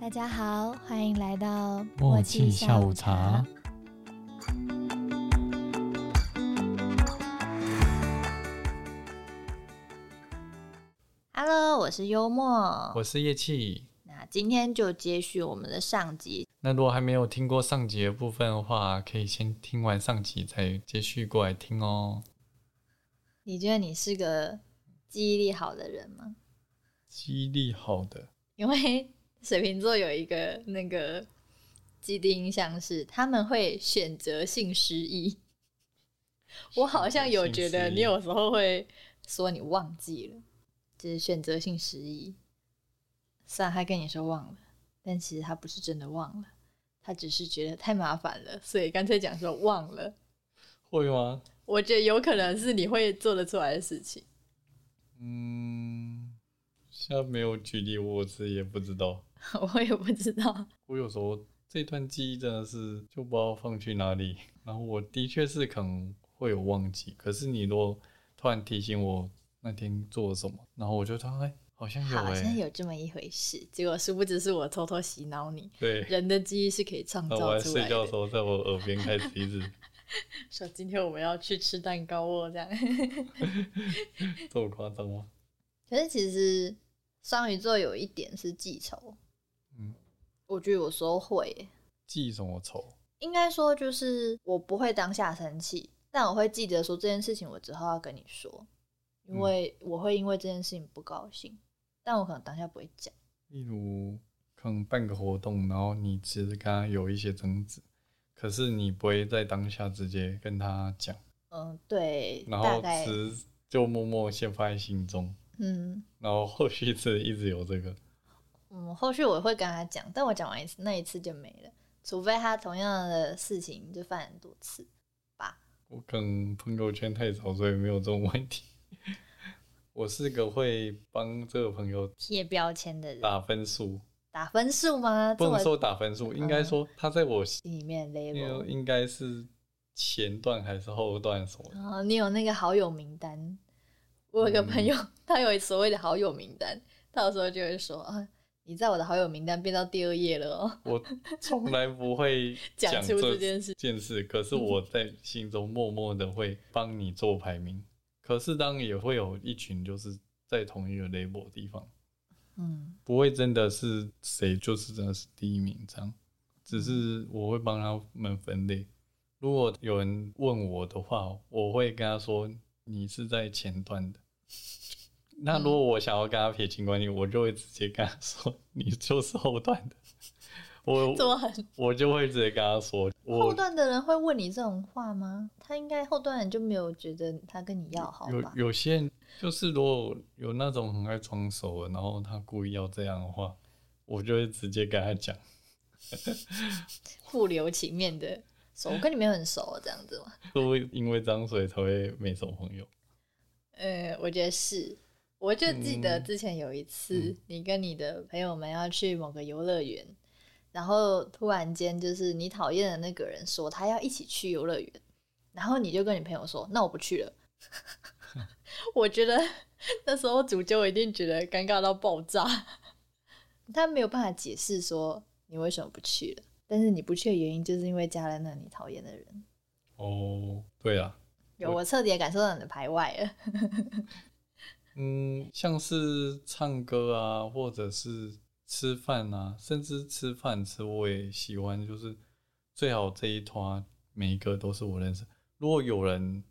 大家好，欢迎来到默契下午茶。 Hello，我是幽默。我是叶气。那今天就接续我们的上集，那如果还没有听过上集的部分的话，可以先听完上集再接续过来听哦。你觉得你是个记忆力好的人吗？记忆力好的，因为 水瓶座有一个那个既定印象是他们会选择性失忆。我好像有觉得你有时候会说你忘记了，就是选择性失忆。虽然他跟你说忘了，但其实他不是真的忘了，他只是觉得太麻烦了，所以干脆讲说忘了。会吗？我觉得有可能是你会做得出来的事情。 嗯，现在没有举例，我自己也不知道。我也不知道，我有时候这段记忆真的是就不知道放去哪里， 然后我的确是可能会有忘记，可是你如果突然提醒我那天做了什么，然后我就突然哎、好像有好哎、像有这么一回事。结果殊不知是我偷偷洗脑你，对。人的记忆是可以 创那呃哦造我在出来睡觉的的时。候，在我耳边开始 一直说今天我们要去吃蛋糕哦，这样。这么夸张吗？可是其实双鱼座有一点是记仇，嗯，我觉得有时候会耶，记什么仇？应该说就是我不会当下生气，但我会记得说这件事情我之后要跟你说，因嗯为我会因为这件事情不高兴，但我可能当下不会讲。例如，可能办个活动，然后你其实跟他有一些争执，可是你不会在当下直接跟他讲，嗯，对，然大后概，只就默默先放在心中，嗯。然后后续是一直有这个。嗯，后续我会跟他讲，但我讲完一次那一次就没了，除非他同样的事情就犯很多次。我可能朋友圈太少，所以没有这种问题。 我是个会帮这个朋友贴标签的人打分数，打分数吗？不这么能说打分嗯数，应该说他在我心里面中 label 应该是前段还是后段什么的。然后你有那个好友名单，我有嗯个朋友，他有所谓的好友名单，他有时候就会说啊，你在我的好友名单变到第二页了哦， 我从来不会讲出这这件事件事，可是我在心中默默的会帮你做排名。可是当然也会有一群就是在同一个 label 地方， 嗯，不会真的是谁就是真的是第一名这样，只嗯是我会帮他们分类。如果有人问我的话，我会跟他说你是在前段 的。那如果我想要跟他撇清关系，我就会直接跟他说你就是后段 的。我这么狠。我就会直接跟他说，后我段的人会问你这种话吗？他应该后段人就没有觉得他跟你要好有吧？有些人就是如果有那种很爱装熟的，然后他故意要这样的话，我就会直接跟他讲，不留情面的说，我跟你没有很熟哦这样子吗？都会因为这样所以才会没什么朋友。呃，我觉得是，我就记得之前有一次嗯，你跟你的朋友们要去某个游乐园，然后突然间就是你讨厌的那个人说他要一起去游乐园，然后你就跟你朋友说，那我不去了。 我觉得那时候主角一定觉得尴尬到爆炸，他没有办法解释说你为什么不去了，但是你不去的原因就是因为加了那你讨厌的人。哦，对啊，有，我我彻底地感受到你的排外了。嗯，像是唱歌啊，或者是吃饭啊，甚至吃饭吃我也喜欢，就是最好这一团每一个都是我认识。如果有人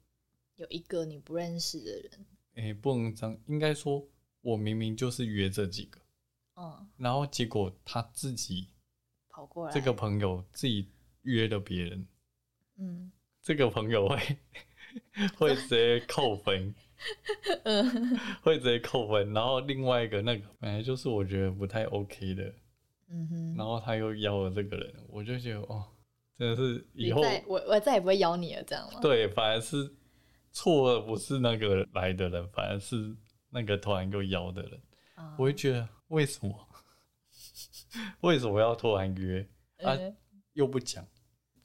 有一个你不认识的人，诶、不能这样，应该说我明明就是约这几个。嗯，然后结果他自己跑过来，这个，朋友自己约了别人，嗯，这个朋友会会直接扣分， 嗯会直接扣分。然后另外一个那个本来就是我觉得不太 OK 的，嗯哼，然后他又邀了这个人，我就觉得哦，真的是以你后再我我再也不会邀你了，这样吗？对反而是错的不是那个来的人，反而是那个突然又邀的人，啊，我会觉得为什么 为什么要突然约啊嗯又不讲，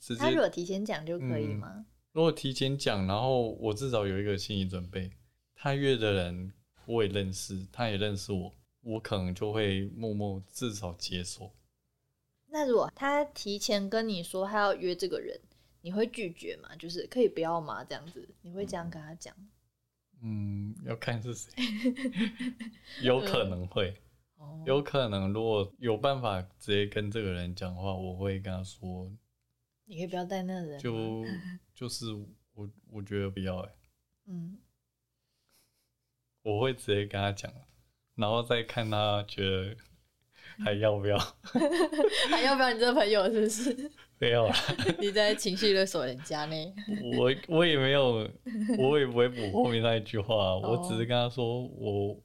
直接他如果提前讲就可以嗯吗？如果提前讲，然后我至少有一个心理准备，他约的人我也认识，他也认识我，我可能就会默默至少接受，那如果他提前跟你说他要约这个人，你会拒绝吗？就是可以不要吗？这样子，你会这样跟他讲？嗯，要看是谁，有可能会，哦，有可能如果有办法直接跟这个人讲话，我会跟他说，你可以不要带那个人吗，就就是我我觉得不要哎、嗯，我会直接跟他讲，啊然后再看他觉得还要不要， 还要不要你这朋友？是不是不要了。 你在情绪勒索人家呢？我我也没有，我也不会补后面那一句话啊、哦我只是跟他说我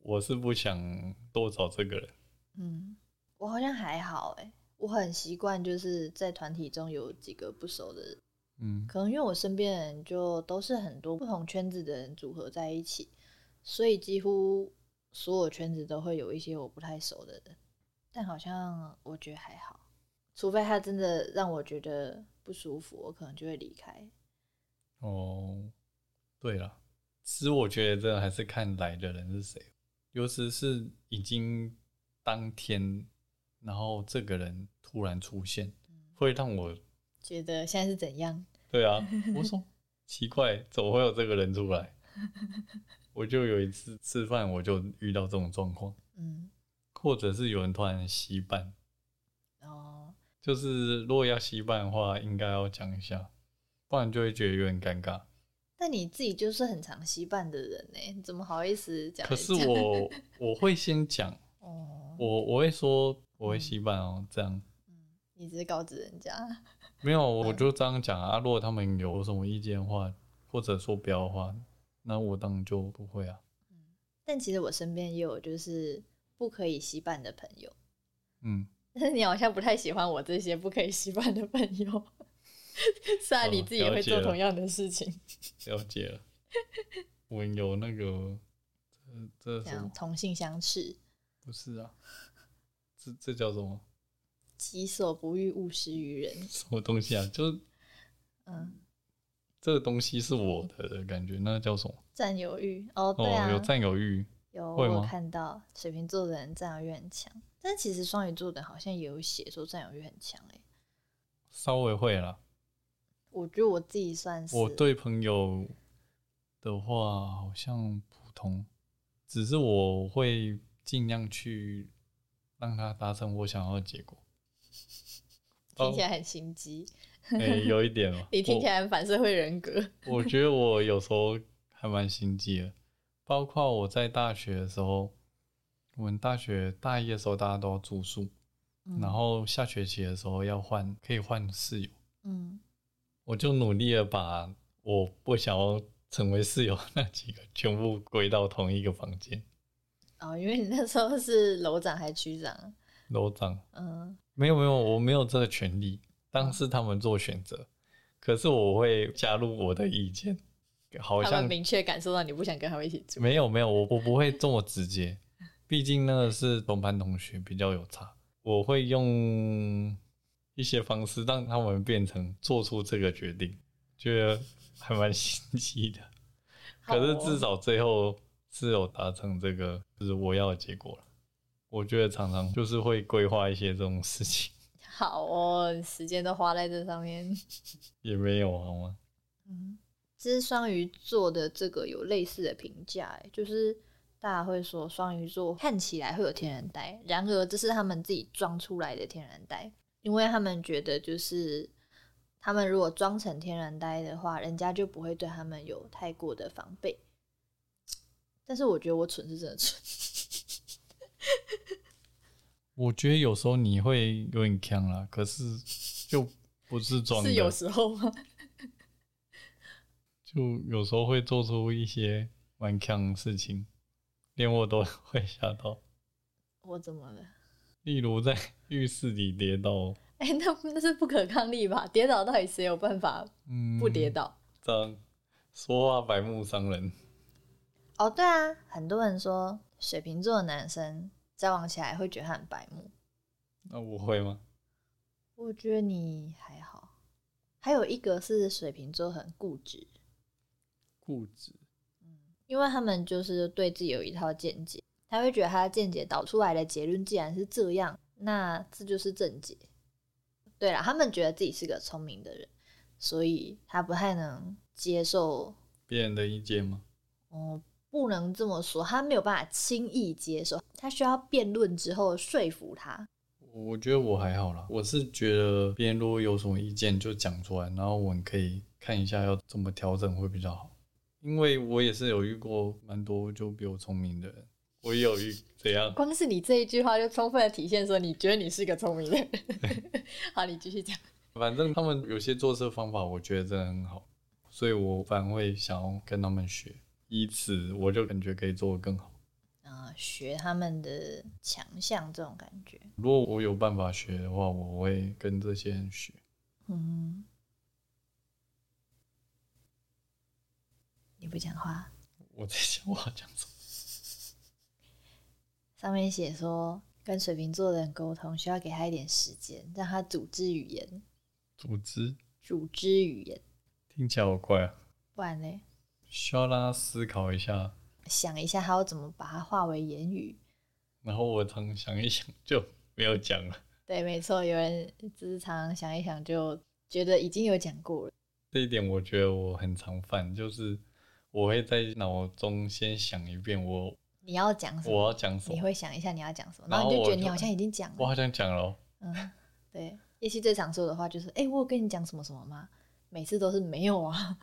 我是不想多找这个人，嗯，我好像还好哎、我很习惯就是在团体中有几个不熟的人，嗯可能因为我身边的人就都是很多不同圈子的人组合在一起，所以几乎所有圈子都会有一些我不太熟的人，但好像我觉得还好，除非他真的让我觉得不舒服，我可能就会离开。哦，对了，其实我觉得这还是看来的人是谁，尤其是已经当天，然后这个人突然出现，会让我觉得现在是怎样？对啊，我说奇怪，怎么会有这个人出来？ 我就有一次吃饭，我就遇到这种状况，嗯，或者是有人突然稀饭，哦，就是如果要稀饭的话，应该要讲一下，不然就会觉得有点尴尬。但你自己就是很常稀饭的人呢、你怎么好意思讲？可是我我会先讲， 哦，我我会说我嗯会稀饭哦，这样你只是告知人家， 没有我嗯就这样讲啊。如果他们有什么意见的话，或者说不要的话，那我当然就不会啊。但其实我身边也有就是不可以稀饭的朋友。嗯，但 是你好像不太喜欢我这些不可以稀饭的朋友， 虽然哦你自己也会做同样的事情，了解了，我有那个，这这这是什样么？同性相斥，不是啊，这这叫什么己所不欲，勿施于人。什么东西啊？就是嗯，这个东西是我的感觉，那叫什么？占有欲哦，哦，对啊，有占有欲，有我会吗有看到水瓶座的人占有欲很强，但其实双鱼座的人好像也有写说占有欲很强诶、稍微会啦。我觉得我自己算是我对朋友的话好像普通，只是我会尽量去让他达成我想要的 结果。听起来很心机，，哦，诶有一点哦你听起来很反社会人格。我觉得我有时候还蛮心机的，包括我在大学的时候，我们大学大一的时候大家都要住宿，嗯然后下学期的时候要换，可以换室友，嗯，我就努力的把我不想要成为室友那几个全部归到同一个房间。哦，因为你那时候是楼长还区长啊，楼长嗯，没有没有，我没有这个权利，当时他们做选择，可是我会加入我的意见，好他像们明确感受到你不想跟他们一起住。没有没有，我我不会这么直接，毕竟那个是同班同学，比较有差。我会用一些方式让他们变成做出这个决定，觉得还蛮 心机的。好可哦是至少最后是有达成这个，就是我要的结果了。我觉得常常就是会规划一些这种事情，好哦，时间都花在这上面。也没有啊好吗？嗯，其实双鱼座的这个有类似的评价，欸就是大家会说双鱼座看起来会有天然呆，然而这是他们自己装出来的天然呆，因为他们觉得就是他们如果装成天然呆的话，人家就不会对他们有太过的防备。但是我觉得我蠢是真的蠢，我觉得有时候你会有点呛啦，可是就不是装 的，是有时候吗？就有时候会做出一些蛮强的事情，连我都会吓到。我怎么了？例如在浴室里跌倒， 哎、那那是不可抗力吧？跌倒到底谁有办法嗯，不跌，倒？这样说话白目伤人。哦，对啊，很多人说水瓶座的男生交往起来会觉得他很白目，那我会吗？我觉得你还好。还有一个是水瓶座很固执，固执，因为他们就是对自己有一套见解，他会觉得他的见解导出来的结论既然是这样，那这就是症结。对啦，他们觉得自己是个聪明的人，所以他不太能接受，别人的意见吗？嗯，不能这么说，他没有办法轻易接受，他需要辩论之后说服他。？我觉得我还好啦，我是觉得别人如果有什么意见就讲出来，然后我们可以看一下要怎么调整会比较好。因为我也是有遇过蛮多就比我聪明的人，我也有遇怎样光是你这一句话就充分的体现说，你觉得你是个聪明人。 好，你继续讲。反正他们有些做事方法，我觉得真的很好，所以我反而会想要跟他们学，以此我就感觉可以做得更好。啊、学他们的强项这种感觉。如果我有办法学的话，我会跟这些人学。嗯，你不讲话。我在想我要讲什么？上面写说，跟水瓶座的人沟通需要给他一点时间，让他组织语言，组织组织语言，听起来好怪啊，不然嘞，需要让他思考一下。想一下他要怎么把它化为言语。然后我常想一想就没有讲了。对，没错，有人就是常常想一想就觉得已经有讲过了。这一点我觉得我很常犯，就是我会在脑中先想一遍我你要讲什我么？要讲什你么，会想一下你要讲什么，然然后你后就觉得我你就好像已经讲了我。好像讲了哦，嗯，对，叶希最常说的话就是：“哎、我有跟你讲什么什么吗？”每次都是没有啊，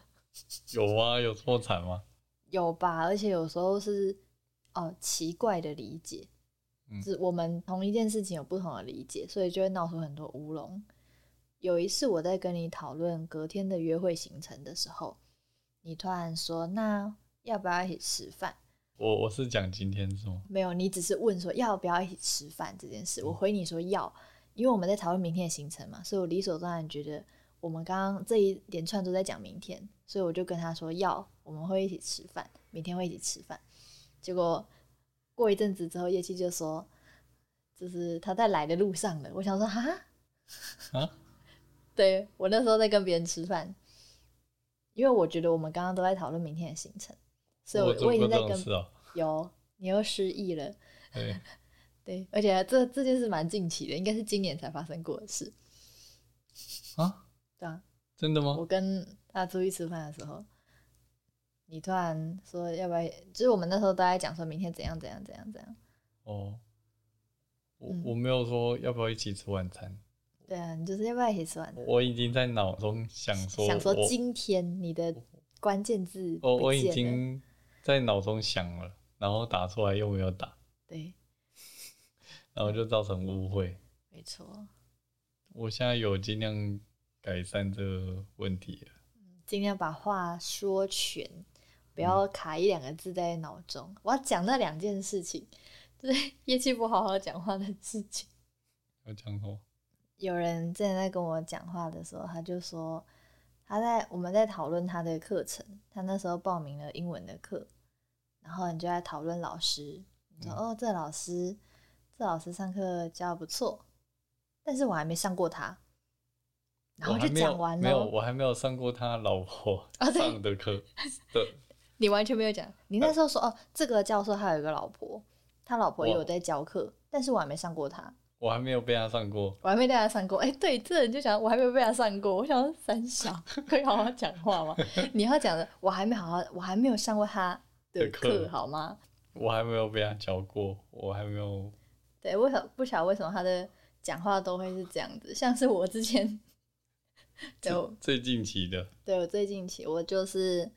有啊，有这么惨吗？有吧？而且有时候是哦奇怪的理解，嗯是我们同一件事情有不同的理解，所以就会闹出很多乌龙。有一次我在跟你讨论隔天的约会行程的时候，你突然说：“那要不要一起吃饭我我是讲今天是吗？”？没有，你只是问说要不要一起吃饭这件事。嗯我回你说要，因为我们在讨论明天的行程嘛，所以我理所当然觉得我们刚刚这一连串都在讲明天，所以我就跟他说要，我们会一起吃饭，明天会一起吃饭。结果过一阵子之后，叶希就说，就是他在来的路上了。我想说哈，啊，对我那时候在跟别人吃饭，因为我觉得我们刚刚都在讨论明天的行程，所以我有我做我已过经这在种跟事啊。有你又失忆了。对，对，而且这这件事蛮近期的，应该是今年才发生过的事。啊， 对啊，真的我吗？跟他出去吃饭的时候，你突然说要不要，就是我们那时候都在讲说明天怎样怎样怎样怎样。哦，我嗯我没有说要不要一起吃晚餐，对啊，你就是要不要一起吃完？我已经在脑中想说，想说我今天你的关键字我我不已见了经在脑中想了，然后打出来又没有打，对，然后就造成误会。没错，我现在有尽量改善这个问题了。尽量把话说全，不嗯要卡一两个字在脑中。我要讲那两件事情， 就是业绩不好好讲话的事情。要讲什么？有人之前在跟我讲话的时候，他就说他在我们在讨论他的课程，他那时候报名了英文的课，然后你就在讨论老师，你说、嗯哦，这老师这老师上课教得不错，但是我还没上过他，然后我还就没有讲完没有，了，我还没有上过他老 婆啊对上的课。对，你完全没有讲，你呃那时候说哦，这个教授他有一个老婆，他老婆也我有在教课，但是我还没上过他，我还没有被他上过。我还没被他上过。哎、对，这人就想我还没有被他上过，我想说三小可以好好讲话吗？ 你要讲的，我还没好好，我还没有上过他的的课课，好吗？我还没有被他教过，我还没有，对，为何不晓得为什么他的讲话都会是这样子？像是我之前， 对我最近期的，对我最近期我就是，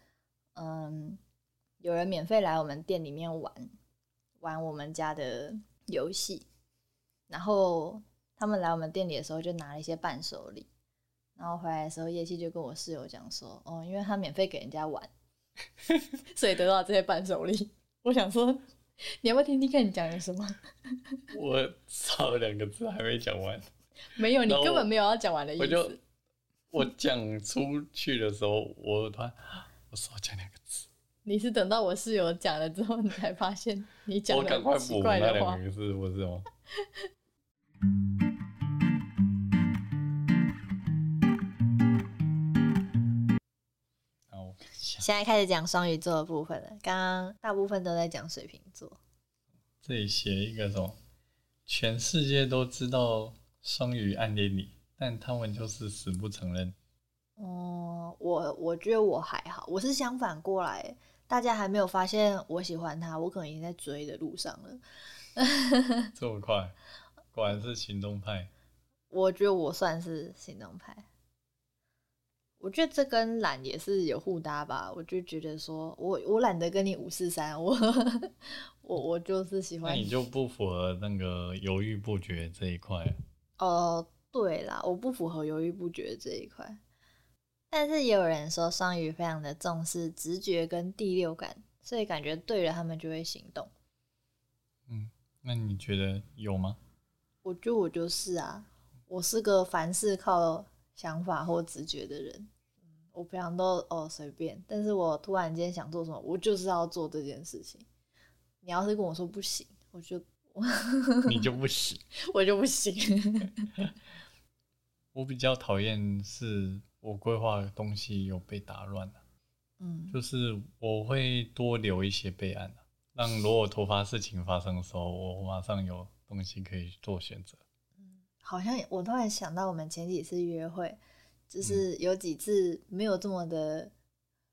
嗯，有人免费来我们店里面玩玩我们家的游戏，然后他们来我们店里的时候就拿了一些伴手礼，然后回来的时候叶希就跟我室友讲说，哦，因为他免费给人家 玩，所以得到这些伴手礼。我想说，你要不要听听看你讲了什么？我少了两个字还没讲完，没有，你然后根我本没有要讲完的意我就思。我讲出去的时候，我突然我少讲两个字，你是等到我室友讲了之后，你才发现你讲我赶快了补奇那怪的话两。个字，不是吗？好我看一下现在开始讲双鱼座的部分了，刚刚大部分都在讲水瓶座。这里写一个什么全世界都知道双鱼暗恋你，但他们就是死不承认。哦、我我觉得我还好，我是相反过来，大家还没有发现我喜欢他，我可能已经在追的路上了。这么快，果然是行动派。我觉得我算是行动派。我觉得这跟懒也是有互搭吧。我就觉得说我我懒得跟你五四三，我 我我就是喜那欢你就不符合那个犹豫不决这一块。哦，对啦，我不符合犹豫不决这一块。但是也有人说双鱼非常的重视直觉跟第六感，所以感觉对了他们就会行动。那你觉得有吗？我觉得我就是啊，我是个凡事靠想法或直觉的人。嗯我平常都哦随便，但是我突然间想做什么，我就是要做这件事情。你要是跟我说不行，我就 你就不行。我就不行。 我比较讨厌是我规划的东西有被打乱了、嗯，就是我会多留一些备案、啊、让如果突发事情发生的时候，我马上有东西可以做选择。好像我突然想到，我们前几次约会，嗯就是有几次没有这么的，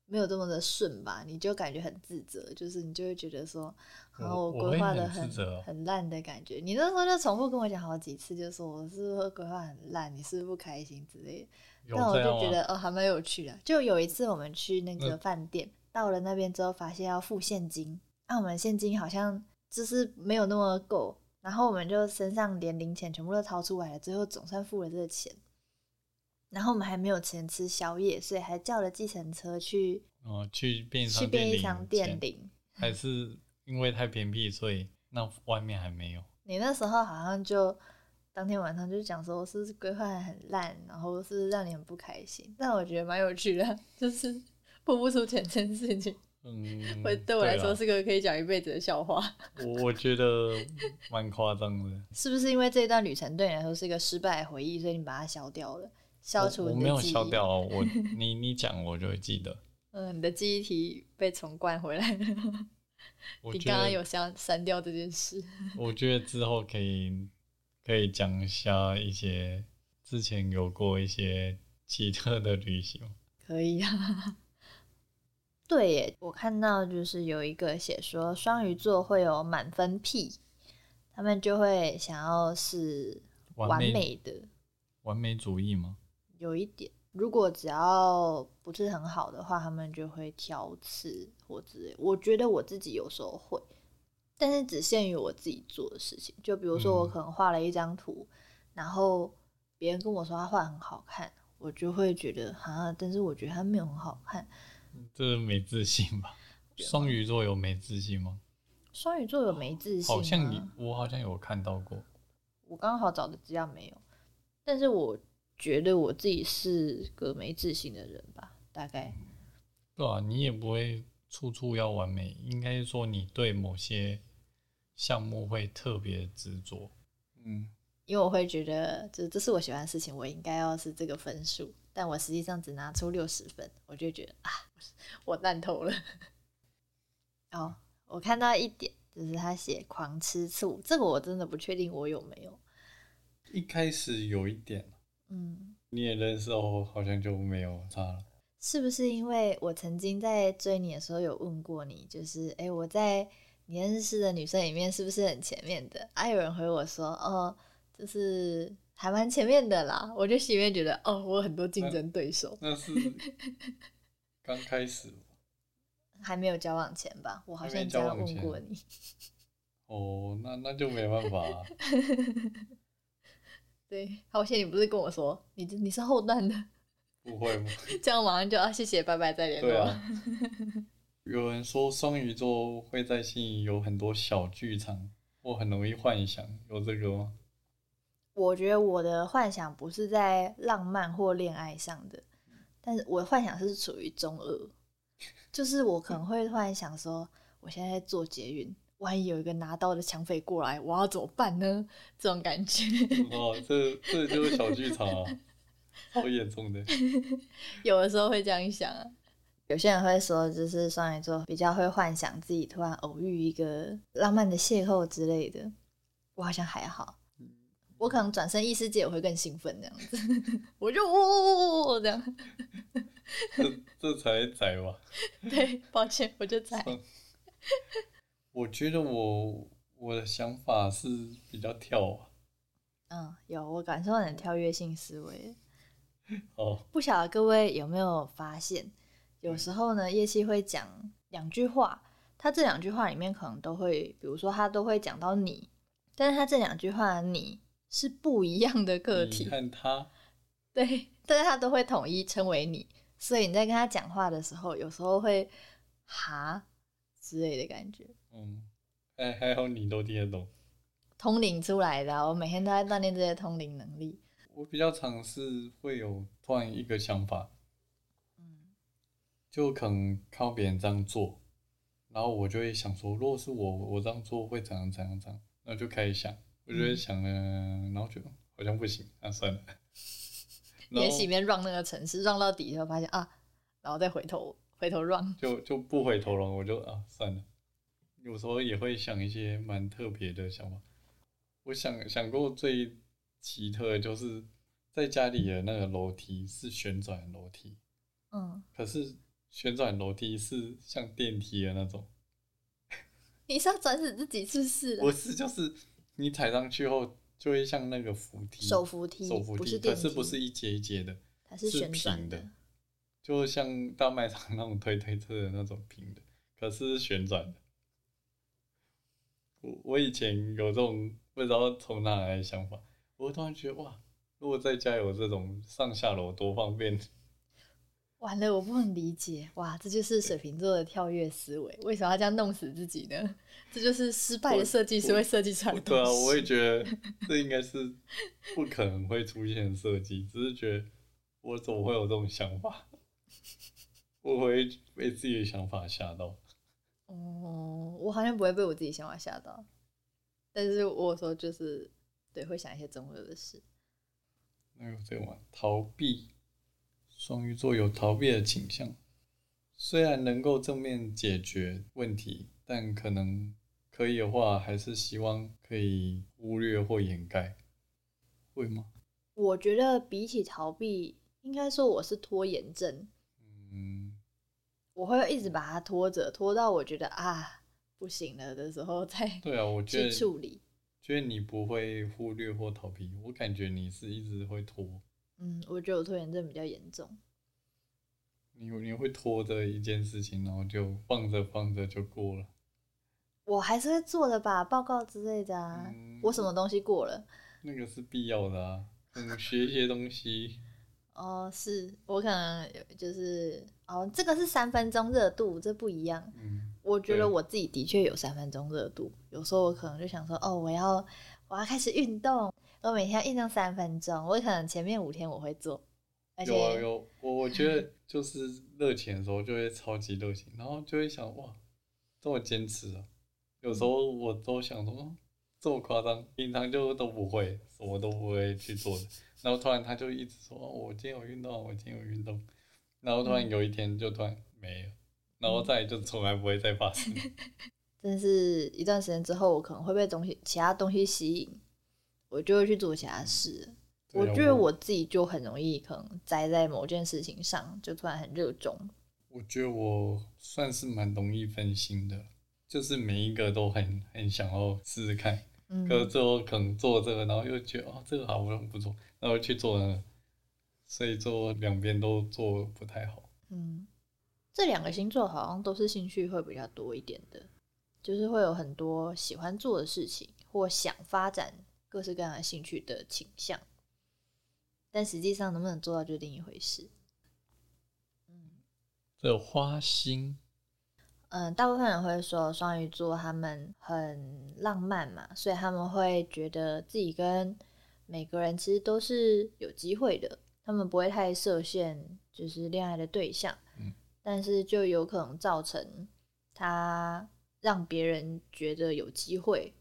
没有这么的顺吧，你就感觉很自责，就是你就会觉得说，然后我我规会划的很很自责哦很烂的感觉。你那时候就重复跟我讲好几次，就说我是不是规划很烂，你是不是不开心之类的。有但我这就样觉吗？得哦，还蛮有趣的。就有一次我们去那个嗯饭店，到了那边之后发现要付现金，那、我们现金好像就是没有那么够，然后我们就身上连零钱全部都掏出来了，最后总算付了这个钱。然后我们还没有钱吃宵夜，所以还叫了计程车去哦，去便利去便商店利领商钱店领。还是因为太偏僻，所以那外面还没有。你那时候好像就当天晚上就讲说，是不是规划得很烂，然后是不是让你很不开心？但我觉得蛮有趣的， 就是付不出钱这件事情。嗯，会对我来说啦是个可以讲一辈子的笑话， 我我觉得蛮夸张的。是不是因为这一段旅程对你来说是一个失败的回忆，所以你把它消掉了，消除我我你没的有记忆？消掉 哦，我你你讲我就会记得。嗯，你的记忆体被重灌回来了。我你觉刚刚得有删删掉这件事，我觉得之后可以可以讲一下一些之前有过一些奇特的旅行。可以啊。对耶，我看到就是有一个写说双鱼座会有满分癖，他们就会想要是完美美的，完美主义吗？有一点，如果只要不是很好的话，他们就会挑刺或之类。我觉得我自己有时候会，但是只限于我自己做的事情。就比如说，我嗯可能画了一张图，然后别人跟我说他画得很好看，我就会觉得啊，但是我觉得他没有很好看。这是没自信吧？啊双鱼座有没自信吗？双鱼座有没自信吗？啊好像你我好像有看到过。我刚好找的资料没有，但是我觉得我自己是个没自信的人吧，大概。对啊，你也不会处处要完美，应该说你对某些项目会特别执着。嗯，因为我会觉得，就是这是我喜欢的事情，我应该要是这个分数，但我实际上只拿出六十分，我就觉得啊， 我烂透了。哦，我看到一点，就是他写狂吃醋，这个我真的不确定我有没有。一开始有一点，嗯，你也认识后好像就没有差了。是不是因为我曾经在追你的时候有问过你，就是诶，我在你认识的女生里面是不是很前面的？啊，有人回我说，哦，就是还蛮前面的啦。我就心里面觉得，哦，我有很多竞争对手。那是刚开始还没有交往前吧，我好还像没这交样往问前过你。哦，那那就没办法、啊。对，好险你不是跟我说你你是后段的，不会吗？这样马上就啊谢谢拜拜再联对络。啊。 有人说双鱼座会在心里有很多小剧场，我很容易幻想，有这个吗？ 我觉得我的幻想不是在浪漫或恋爱上的，但是我的幻想是处于中二，就是我可能会突然想说，我现在在做捷运，万一有一个拿刀的抢匪过来，我要怎么办呢？这种感觉。哦，这这就是小剧场啊，好严重的。有的时候会这样想啊。有些人会说，就是双鱼座比较会幻想自己突然偶遇一个浪漫的邂逅之类的。我好像还好。我可能转身异世界，我会更兴奋这样子， 我就呜呜呜呜这样。 这这才宰吧。对，抱歉，我就在。 我觉得我我的想法是比较跳啊，嗯，有我感受到你的跳跃性思维。哦，不晓得各位有没有发现，嗯有时候呢，叶气会讲两句话，他这两句话里面可能都会，比如说他都会讲到你，但是他这两句话的你是不一样的个你体，看嗯他，对，但是他都会统一称为你，所以你在跟他讲话的时候，有时候会哈之类的感觉，嗯，还还好你都听得懂。通灵出来的啊、我每天都在锻炼这些通灵能力。我比较尝试会有突然一个想法，嗯，就可能看到别人这样做，然后我就会想说，如果是我，我这样做会怎样怎样怎样，然后就开始想，我就会嗯想了，然后就好像不行，那、算了。然也后许里面 run 那个城市 run 到底以后，发现啊，然后再回头回头 run。就就不回头了，我就啊算了。有时候也会想一些蛮特别的想法。我想想过最奇特的就是在家里的那个楼梯是旋转楼梯，嗯，可是旋转楼梯是像电梯的那种，你是要转死自己是不是啊？不是就是你踩上去后就会像那个扶梯，手扶梯，手扶不梯，是可电是梯，不是一节一节的，它是旋转平的，就像大卖场那种推推车的那种平的，可是是旋转的。我我以前有这种不知道从哪来的想法，我突然觉得哇，如果在家有这种上下楼多方便。完了，我不能理解，哇，这就是水瓶座的跳跃思维，为什么要这样弄死自己呢？ 这就是失败的设计师会设计出来的东对西。啊，我也觉得这应该是不可能会出现的设计，只是觉得我怎么会有这种想法？我会被自己的想法吓到。哦，我好像不会被我自己想法吓到，但是我有时候就是对会想一些中二的事。那有这个嘛？逃避，双鱼座有逃避的倾向，虽然能够正面解决问题，但可能可以的话，还是希望可以忽略或掩盖，会吗？我觉得比起逃避，应该说我是拖延症，嗯，我会一直把它拖着，拖到我觉得啊不行了的时候再对啊，我觉去得处理。觉得你不会忽略或逃避，我感觉你是一直会拖，嗯，我觉得我拖延症比较严重。你你会拖着一件事情，然后就放着放着就过了。我还是会做的吧，报告之类的啊。嗯我什么东西过了？那个是必要的啊，嗯，学一些东西。哦，是我可能有就是哦，这个是三分钟热度，这不一样。嗯，我觉对得我自己的确有三分钟热度，有时候我可能就想说，哦，我要我要开始运动，我每天要运动三分钟，我可能前面五天我会做，而且有啊有，我我觉得就是热情的时候就会超级热情，然后就会想哇，这么坚持啊！有时候嗯我都想说，哦这么夸张，平常就都不会，什么都不会去做的。然后突然他就一直说，哦，我今天有运动啊，我今天有运动。然后突嗯然有一天就突然没了，然后再也就从来不会再发生。嗯但是一段时间之后，我可能会被东西其他东西吸引，我就会去做其他事了。对我啊觉得我自己就很容易可能栽在某件事情上，就突然很热衷。我觉得我算是蛮容易分心的，就是每一个都很很想要试试看。嗯，可是最后可能做这个，然后又觉得哦这个好像不错，然后去做那个，所以做两边都做不太好。嗯，这两个星座好像都是兴趣会比较多一点的，就是会有很多喜欢做的事情或想发展各式各样的兴趣的倾向，但实际上能不能做到就另一回事。这有花心，嗯，大部分人会说双鱼座他们很浪漫嘛，所以他们会觉得自己跟每个人其实都是有机会的，他们不会太设限，就是恋爱的对象，嗯但是就有可能造成他让别人觉得有机会，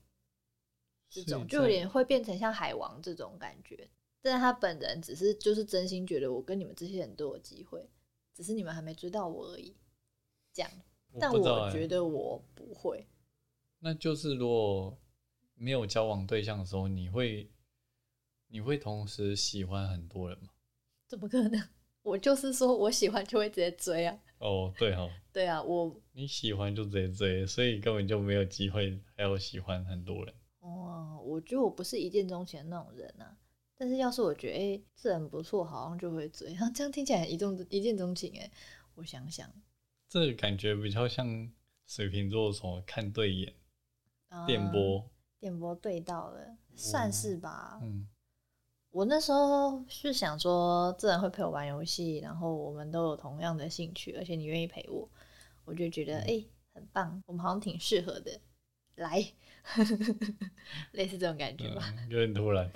这种就有点会变成像海王这种感觉，但是他本人只是就是真心觉得我跟你们这些人都有机会，只是你们还没追到我而已，这样。但不知我道欸觉得我不会，那就是如果没有交往对象的时候，你会你会同时喜欢很多人吗？怎么可能？ 我就是说我喜欢就会直接追啊，哦，对哦，对啊，我你喜欢就直接追，所以根本就没有机会还有喜欢很多人。哦，我觉得我不是一见钟情的那种人啊。但是要是我觉得哎、诶这人不错，好像就会追。然后 这样听起来很一中一见钟情哎、我想想，这个感觉比较像水瓶座什么看对眼、啊电波，哦电波对到了，算是吧。嗯，我那时候是想说，自然会陪我玩游戏，然后我们都有同样的兴趣，而且你愿意陪我，我就觉嗯得哎、诶很棒，我们好像挺适合的，来， 类似这种感觉吧。嗯有点突然。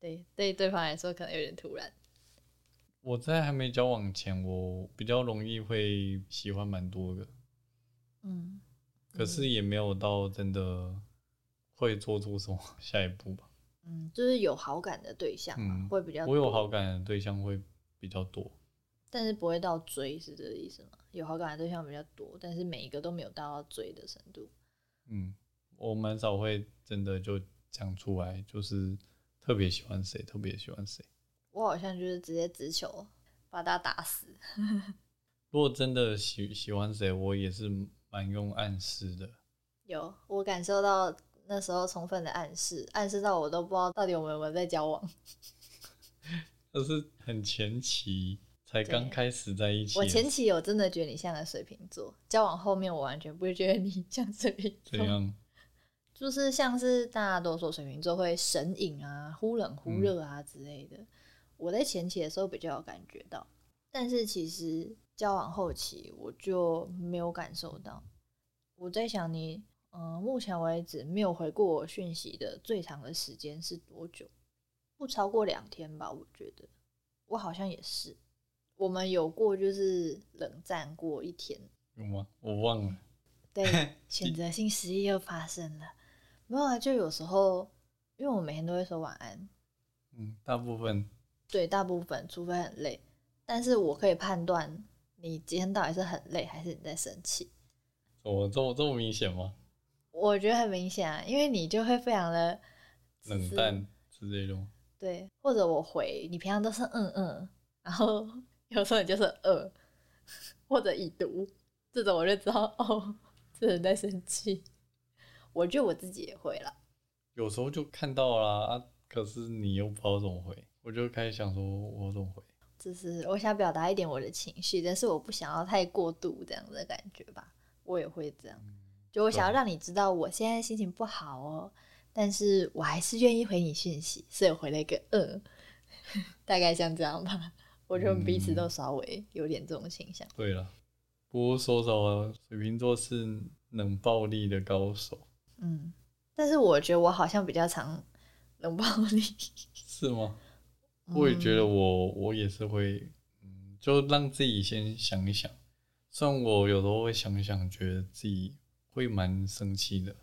对，对对方来说可能有点突然。我在还没交往前，我比较容易会喜欢蛮多个，嗯，可是也没有到真的会做出什么 下一步吧。嗯，就是有好感的对象嘛，嗯会比较我有多好感的对象会比较多，但是不会到追是这个意思吗？有好感的对象比较多，但是每一个都没有到要追的程度。嗯，我蛮少会真的就讲出来，就是特别喜欢谁，特别喜欢谁。我好像就是直接直球把他打死。如果真的喜喜欢谁，我也是蛮用暗示的，有，我感受到那时候充分的暗示，暗示到我都不知道到底我们有没有在交往。但是很前期才刚对开始在一起我的时候，前期有真的觉得你像个水瓶座，交往后面我完全不会觉得你像水瓶怎座，样？就是像是大家都说水瓶座会神隐啊、忽冷忽热啊之类的。我在前期的时候比较有感觉到，但是其实交往后期我就没有感受到。我在想你，嗯、目前为止没有回过我讯息的最长的时间是多久？不超过两天吧，我觉得。我好像也是，我们有过就是冷战过一天，有吗？我忘了。对，选择性失忆又发生了。没有啊，就有时候，因为我每天都会说晚安，嗯，大部分对，大部分除非很累，但是我可以判断你今天到底是很累还是你在生气。我这么这么明显吗？我觉得很明显啊，因为你就会非常的自冷私淡之类的吗？对，或者我回你平常都是嗯嗯，然后 有时候你就是呃， 或者已读，这种我就知道哦， 这人在生气。我觉得我自己也会啦。有时候就看到啦，啊，可是你又不知道怎么回，我就开始想说我怎么回。就是我想表达一点我的情绪，但是我不想要太过度这样的感觉吧。我也会这样，嗯就我想要懂让你知道我现在心情不好哦，但是我还是愿意回你讯息，所以我回了一个嗯， 大概像这样吧。我觉得我们彼此嗯都稍微有点这种倾向。对了，不过说实话，水瓶座是冷暴力的高手，嗯，但是我觉得我好像比较常冷暴力。嗯是吗？我也觉得我我也是会，嗯，就让自己先想一想。虽然我有时候会想一想，觉得自己会蛮生气的，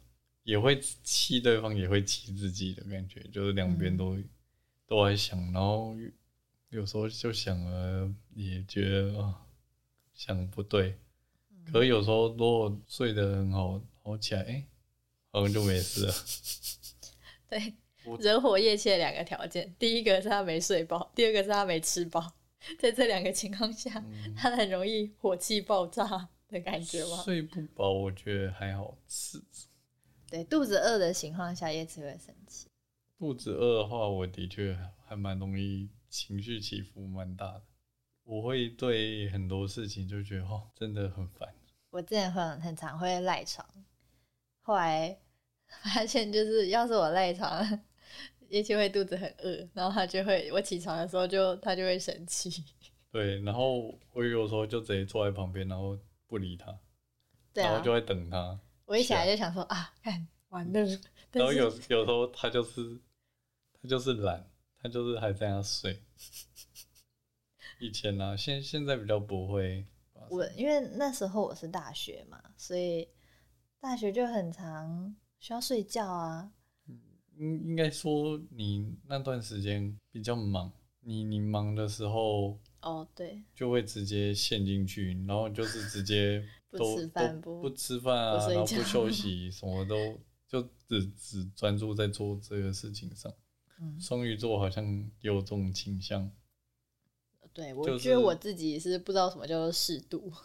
也会气对方，也会气自己的感觉，就是两边嗯都、都在想，然后有时候就想了，也觉得啊，想不对。嗯可有时候如果睡得很好，然后起来，哎、好像就没事了。对我，惹火业界两个条件，第一个是他没睡饱，第二个是他没吃饱。在这两个情况下，嗯他很容易火气爆炸的感觉吗？睡不饱，我觉得还好，吃对，肚子饿的情况下，叶子会生气。肚子饿的话，我的确还蛮容易情绪起伏蛮大的。我会对很多事情就觉得哦，真的很烦。我之前很很常会赖床，后来发现就是，要是我赖床，叶就会肚子很饿，然后他就会，我起床的时候就他就会生气。对，然后我有时候就直接坐在旁边，然后不理他，对然啊后就，在等他。我一起来就想说啊，看完了，然但后是有有时候他就是他就是懒，他就是还在那睡。以前呢、啊，现现在比较不会发生。我因为那时候我是大学嘛，所以大学就很常需要睡觉啊。应应该说你那段时间比较忙，你你忙的时候哦，对，就会直接陷进去，然后就是直接 不都吃饭都不不吃饭啊，不睡然后觉 不休息，什么都就只只专注在做这个事情上。嗯，双鱼座好像也有这种倾向，对我就是觉得我自己是不知道什么叫做适度。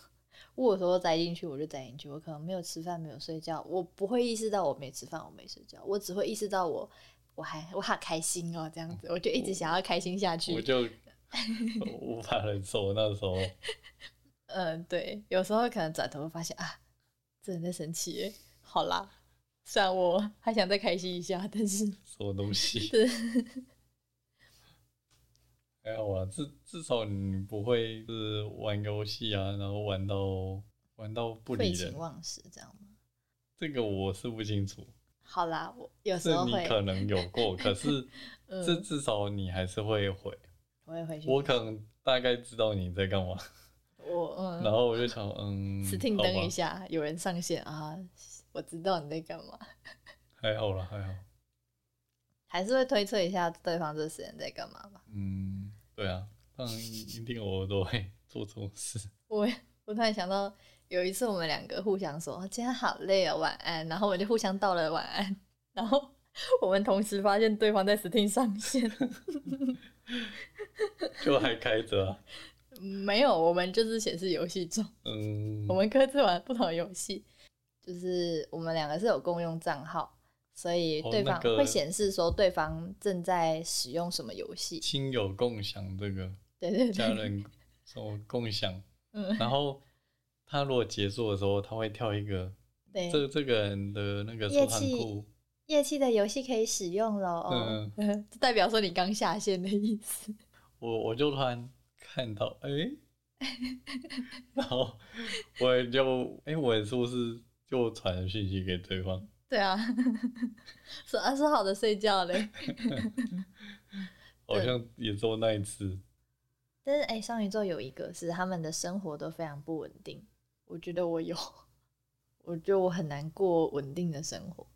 我有时候栽进去，我就栽进去。我可能没有吃饭，没有睡觉，我不会意识到我没吃饭，我没睡觉，我只会意识到我我还我好开心哦，这样子，我就一直想要开心下去我。就 无法忍受那时候。嗯，对，有时候可能转头会发现啊，这人在生气耶。好啦，虽然我还想再开心一下，但是 什么东西？对还好啊，至至少你不会是玩游戏啊，然后玩到玩到不理废人寝。忘食这样吗？这个我是不清楚，好啦，我有时是候你会，可能有过，可是这嗯，至少你还是会回。我也会去，我可能大概知道你在干嘛，我嗯，然后我就想，嗯，死听好吧灯一，下，有人上线啊！我知道你在干嘛，还好啦，还好。还是会推测一下对方这时间在干嘛吧。嗯，对啊，当然一定偶尔都会做这种事。我我突然想到，有一次我们两个互相说啊今天好累哦，晚安，然后我们就互相道了晚安，然后我们同时发现对方在 Steam 上线， 就还开着啊。没有，我们就是显示游戏中，嗯，我们各自玩不同的游戏，就是我们两个是有共用账号。所以哦对那方个会显示说对方正在使用什么游戏， 亲友共享这个对对对，家 人什么共享，嗯，然后他如果结束的时候，他会跳一个对，这这个人的那个收藏夜库，夜气的游戏可以使用了哦，嗯 这代表说你刚下线的意思。 我我就突然看到，哎、然后我就哎、我是不是就传讯息给对方？对啊， 说啊说好的睡觉嘞，好像也做那一次，但是哎、双鱼座有一个是他们的生活都非常不稳定，我觉得我有，我觉得我很难过稳定的生活。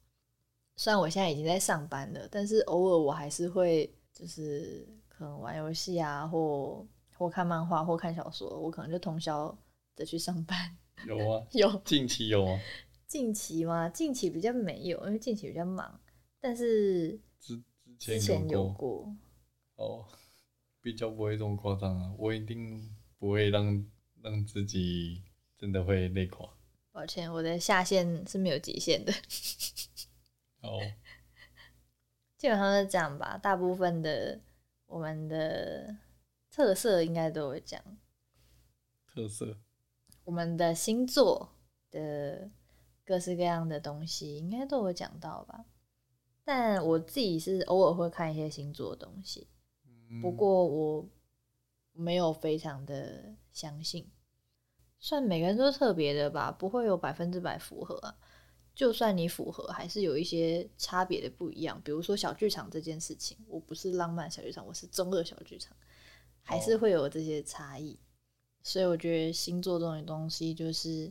虽然我现在已经在上班了，但是偶尔我还是会就是可能玩游戏啊，或或看漫画，或看小说，我可能就通宵的去上班。 有吗？有，近期有吗？近期吗？近期比较没有，因为近期比较忙，但是之之之前前有过过。哦，比较不会这么夸张啊，我一定不会让让自己真的会累垮。抱歉，我的下限是没有极限的，哦，基本上是这样吧。大部分的我们的特色应该都有讲，特色我们的星座的各式各样的东西应该都有讲到吧。但我自己是偶尔会看一些星座的东西，嗯不过我没有非常的相信，算每个人都特别的吧，不会有百分之百符合啊。就算你符合，还是有一些差别的不一样。比如说小剧场这件事情，我不是浪漫小剧场，我是中二小剧场，还是会有这些差异。所以我觉得星座这种东西，就是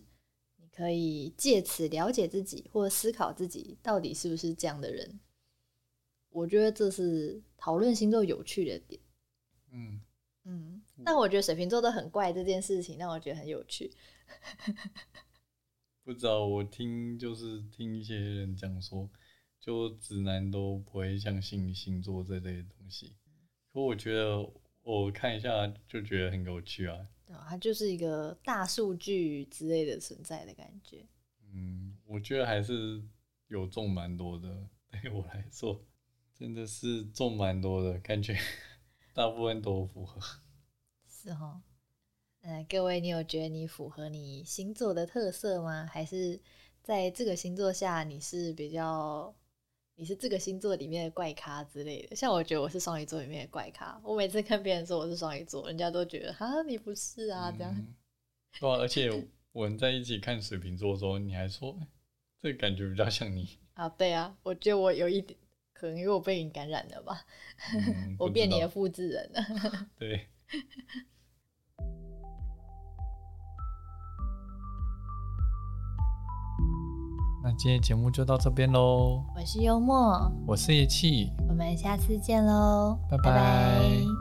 你可以借此了解自己，或思考自己到底是不是这样的人。我觉得这是讨论星座有趣的点。嗯，嗯，但我觉得水瓶座都很怪这件事情，让我觉得很有趣。不知道，我听就是听一些人讲说，就直男都不会相信星座这类的东西。可我觉得我看一下就觉得很有趣啊。对啊，它就是一个大数据之类的存在的感觉。嗯，我觉得还是有中蛮多的，对我来说真的是中蛮多的，感觉 大部分都符合。是哦。呃，各位，你有觉得你符合你星座的特色吗？还是在这个星座下你是比较，你是这个星座里面的怪咖之类的？像我觉得我是双鱼座里面的怪咖，我每次跟别人说我是双鱼座，人家都觉得哈你不是啊这样。嗯对啊，而且我们在一起看水瓶座的时候，你还说、哎这个感觉比较像你，啊，对啊，我觉得我有一点，可能因为我被你感染了吧，嗯 我不变知你的道复制人了。对。那今天节目就到这边喽，我是幽默，我是叶气。我们下次见喽，拜拜拜拜